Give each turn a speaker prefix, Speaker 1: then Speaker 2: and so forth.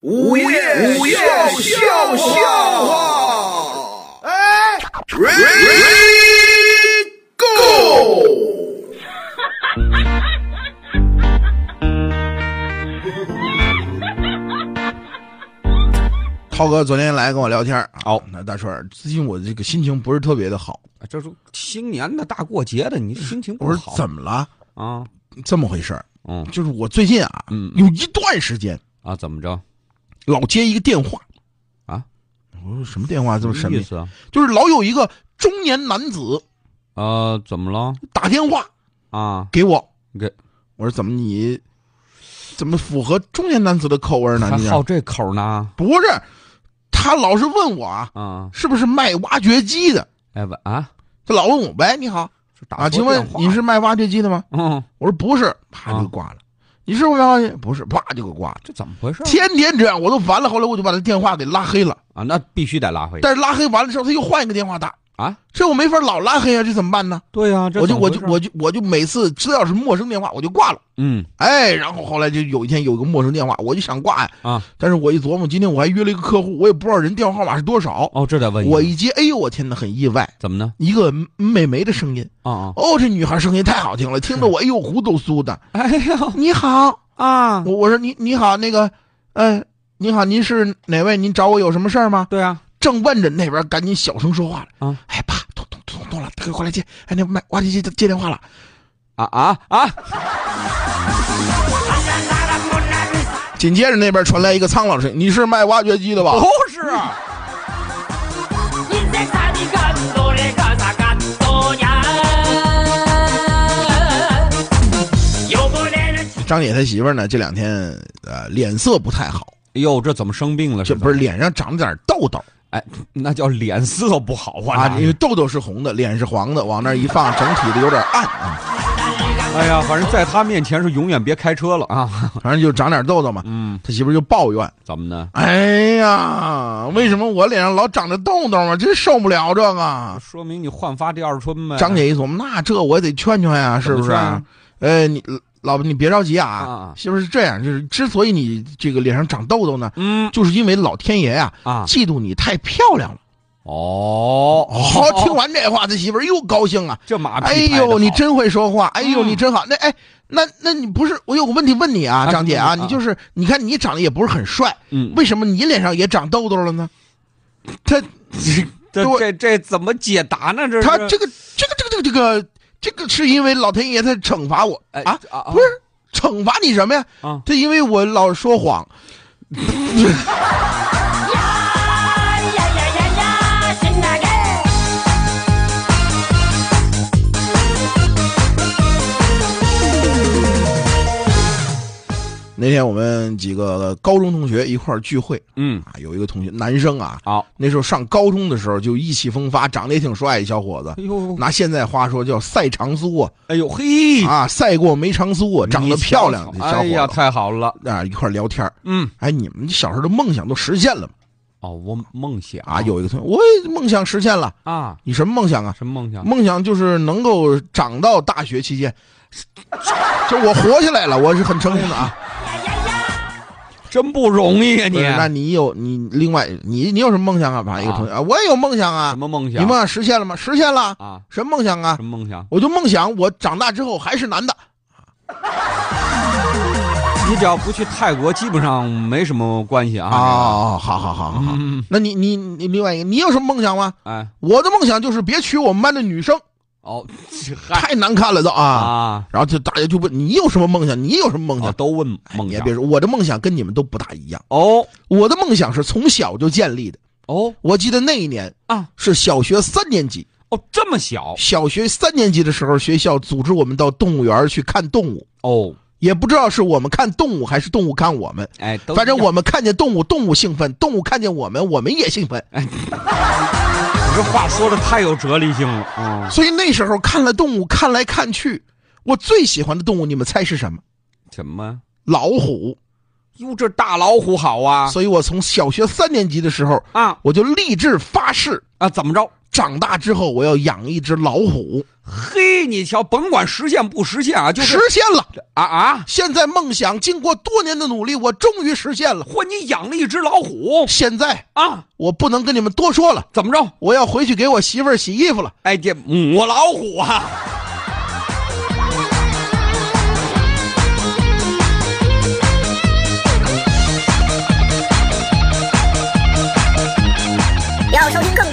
Speaker 1: 午夜午夜笑笑话，哎，Ready Go！涛哥昨天来跟我聊天儿，啊
Speaker 2: 好
Speaker 1: 那大帅儿，最近我这个心情不是特别的好，
Speaker 2: 啊这是新年的大过节的，你这心情
Speaker 1: 我
Speaker 2: 不
Speaker 1: 说
Speaker 2: 好
Speaker 1: 怎么了？
Speaker 2: 啊？
Speaker 1: 这么回事儿，
Speaker 2: 嗯
Speaker 1: 就是我最近啊，
Speaker 2: 嗯
Speaker 1: 有一段时间
Speaker 2: 啊，怎么着？
Speaker 1: 老接一个电话
Speaker 2: 啊，
Speaker 1: 我说什么电话这么
Speaker 2: 什
Speaker 1: 神
Speaker 2: 么意
Speaker 1: 秘？
Speaker 2: 思啊？
Speaker 1: 就是老有一个中年男子
Speaker 2: 啊，怎么了？
Speaker 1: 打电话
Speaker 2: 啊，
Speaker 1: 给我，
Speaker 2: 给
Speaker 1: 我说怎么你怎么符合中年男子的口味呢？
Speaker 2: 还
Speaker 1: 你这
Speaker 2: 好这口呢？
Speaker 1: 不是，他老是问我啊，
Speaker 2: 啊，
Speaker 1: 是不是卖挖掘机的？
Speaker 2: 哎问啊，
Speaker 1: 他老问我，喂，你好
Speaker 2: 这打
Speaker 1: 啊，
Speaker 2: 错
Speaker 1: 请问
Speaker 2: 电话
Speaker 1: 你是卖挖掘机的吗？
Speaker 2: 嗯，
Speaker 1: 我说不是，啪就
Speaker 2: 啊
Speaker 1: 给挂了。你是不是卖挖掘？不是，啪就给挂了。
Speaker 2: 这怎么回事
Speaker 1: 天天这样，我都烦了。后来我就把他电话给拉黑了。
Speaker 2: 啊？那必须得拉黑
Speaker 1: 但是拉黑完了之后，他又换一个电话打
Speaker 2: 啊！
Speaker 1: 这我没法老拉黑啊，这怎么办呢？
Speaker 2: 对呀，这
Speaker 1: 我就
Speaker 2: 怎么
Speaker 1: 我
Speaker 2: 回
Speaker 1: 就
Speaker 2: 事啊
Speaker 1: 我就我就每次知道是陌生电话，我就挂了。
Speaker 2: 嗯
Speaker 1: 哎，然后后来就有一天有个陌生电话，我就想挂呀，
Speaker 2: 啊
Speaker 1: 但是我一琢磨，今天我还约了一个客户，我也不知道人电话号码是多少，
Speaker 2: 哦，这得问
Speaker 1: 我
Speaker 2: 一
Speaker 1: 一接，哎呦我天哪，很意外，
Speaker 2: 怎么呢？
Speaker 1: 一个嗯美眉的声音，
Speaker 2: 啊啊，
Speaker 1: 哦，这女孩声音太好听了，听得我哎呦胡都酥的。
Speaker 2: 哎呦
Speaker 1: 你好，
Speaker 2: 啊，
Speaker 1: 我我说你你好那个，呃，你好，您是哪位？您找我有什么事儿吗？
Speaker 2: 对啊，
Speaker 1: 正问着，那边赶紧小声说话了，
Speaker 2: 啊，
Speaker 1: 哎爸，咚咚咚咚了，大哥快来接，哎那卖挖掘机接接电话了，
Speaker 2: 啊啊啊！
Speaker 1: 紧接着那边传来一个苍老师，你是卖挖掘机的吧？
Speaker 2: 不是啊，
Speaker 3: 인생살이 간도래 가사 간도냐 요번에는
Speaker 1: 张姐她媳妇儿呢，这两天呃脸色不太好，
Speaker 2: 哎呦，这怎么生病了？
Speaker 1: 这
Speaker 2: 怎么
Speaker 1: 不是脸上长了点痘痘
Speaker 2: 哎，那叫脸色不好啊！
Speaker 1: 啊，
Speaker 2: 那
Speaker 1: 因为痘痘是红的，脸是黄的，往那儿一放，整体的有点暗啊，
Speaker 2: 哎呀，反正在他面前是永远别开车了啊！
Speaker 1: 反正就长点痘痘嘛。
Speaker 2: 嗯，
Speaker 1: 她媳妇儿就抱怨
Speaker 2: 怎么呢：“？
Speaker 1: 哎呀，为什么我脸上老长着痘痘啊？真受不了这个
Speaker 2: 说明你焕发第二春呗。！”
Speaker 1: 张姐一琢磨，那这我也得劝劝呀、是不是
Speaker 2: 哎怎么劝啊
Speaker 1: 啊？呃，你老婆你别着急啊
Speaker 2: 啊，
Speaker 1: 媳妇儿是这样，就是之所以你这个脸上长痘痘呢，
Speaker 2: 嗯
Speaker 1: 就是因为老天爷呀、
Speaker 2: 啊，
Speaker 1: 嫉妒你太漂亮了。
Speaker 2: 哦，
Speaker 1: 好，听 完这话，他媳妇儿又高兴了。
Speaker 2: 这马屁
Speaker 1: 哎
Speaker 2: 拍得好，
Speaker 1: 呦，你真会说话！哎呦，
Speaker 2: 嗯
Speaker 1: 你真好。那哎，那那你不是我有个问题问你啊，
Speaker 2: 啊
Speaker 1: 张姐啊，
Speaker 2: 嗯
Speaker 1: 你就是你看你长得也不是很帅，
Speaker 2: 嗯，
Speaker 1: 为什么你脸上也长痘痘了呢？他
Speaker 2: 这
Speaker 1: 对
Speaker 2: 这这怎么解答呢？这
Speaker 1: 他这个这个这个这个这个这个是因为老天爷在惩罚我
Speaker 2: 哎
Speaker 1: 啊？
Speaker 2: 啊
Speaker 1: 不是惩罚你什么呀？
Speaker 2: 啊
Speaker 1: 他因为我老说谎，
Speaker 3: 야야야야야 신나게
Speaker 1: 那天我们几个高中同学一块儿聚会
Speaker 2: 嗯
Speaker 1: 啊，有一个同学男生啊，
Speaker 2: 好，
Speaker 1: 那时候上高中的时候就意气风发，长得也挺帅，一小伙子
Speaker 2: 哎。呦
Speaker 1: 拿现在话说叫赛长苏啊，
Speaker 2: 哎呦嘿，
Speaker 1: 啊，赛过梅长苏啊，长得漂亮的小
Speaker 2: 哎呀
Speaker 1: 伙子
Speaker 2: 太好了，
Speaker 1: 啊，一块儿聊天儿
Speaker 2: 嗯
Speaker 1: 哎，你们小时候的梦想都实现了吗？
Speaker 2: 哦，我梦想
Speaker 1: 啊，有一个同学，我也梦想实现了，
Speaker 2: 啊，
Speaker 1: 你什么梦想啊？
Speaker 2: 什么梦想？
Speaker 1: 梦想就是能够长到大学期间，就我活下来了，我是很成功的啊。
Speaker 2: 真不容易啊
Speaker 1: 不
Speaker 2: 你
Speaker 1: 是，那你有你另外你你有什么梦想啊？把一个同学啊，我也有梦想啊
Speaker 2: 什，么梦
Speaker 1: 你
Speaker 2: 想？
Speaker 1: 梦想实现了吗？实现了，
Speaker 2: 啊，
Speaker 1: 什么梦想啊
Speaker 2: 什？么梦想？
Speaker 1: 我就梦想我长大之后还是男的。
Speaker 2: 你只要不去泰国，基本上没什么关系啊。
Speaker 1: 哦，好好好好好。
Speaker 2: 嗯，
Speaker 1: 那你你你另外一个，你有什么梦想吗？
Speaker 2: 哎，
Speaker 1: 我的梦想就是别娶我们班的女生，
Speaker 2: 哦，这嗨
Speaker 1: 太难看了都啊。
Speaker 2: 啊，
Speaker 1: 然后就大家就问你有什么梦想？你有什么梦
Speaker 2: 哦
Speaker 1: 想？
Speaker 2: 都问梦
Speaker 1: 你也
Speaker 2: 想
Speaker 1: 别。说，我的梦想跟你们都不大一样。
Speaker 2: 哦
Speaker 1: 我的梦想是从小就建立的。
Speaker 2: 哦
Speaker 1: 我记得那一年
Speaker 2: 啊
Speaker 1: 是小学三年级，
Speaker 2: 哦，这么小
Speaker 1: 小学三年级的时候，学校组织我们到动物园去看动物，
Speaker 2: 哦，
Speaker 1: 也不知道是我们看动物还是动物看我们。
Speaker 2: 哎，都
Speaker 1: 反正
Speaker 2: 一样
Speaker 1: 我们看见动物，动物兴奋；动物看见我们，我们也兴奋。
Speaker 2: 你这话说的太有哲理性了啊！
Speaker 1: 所以那时候看了动物，看来看去，我最喜欢的动物，你们猜是什么？
Speaker 2: 什么？
Speaker 1: 老虎。
Speaker 2: 哟，这大老虎好啊
Speaker 1: 所以我从小学三年级的时候，
Speaker 2: 啊
Speaker 1: 我就立志发誓，
Speaker 2: 啊！怎么着？
Speaker 1: 长大之后我要养一只老虎，
Speaker 2: 嘿，你瞧，甭管实现不实现啊，就
Speaker 1: 实
Speaker 2: 是
Speaker 1: 现了。
Speaker 2: 啊啊，
Speaker 1: 现在梦想经过多年的努力，我终于实现了。
Speaker 2: 嚯，你养了一只老虎
Speaker 1: 现在
Speaker 2: 啊？
Speaker 1: 我不能跟你们多说了，
Speaker 2: 怎么着？
Speaker 1: 我要回去给我媳妇儿洗衣服了。
Speaker 2: 哎，这母老虎啊！
Speaker 4: 要收听更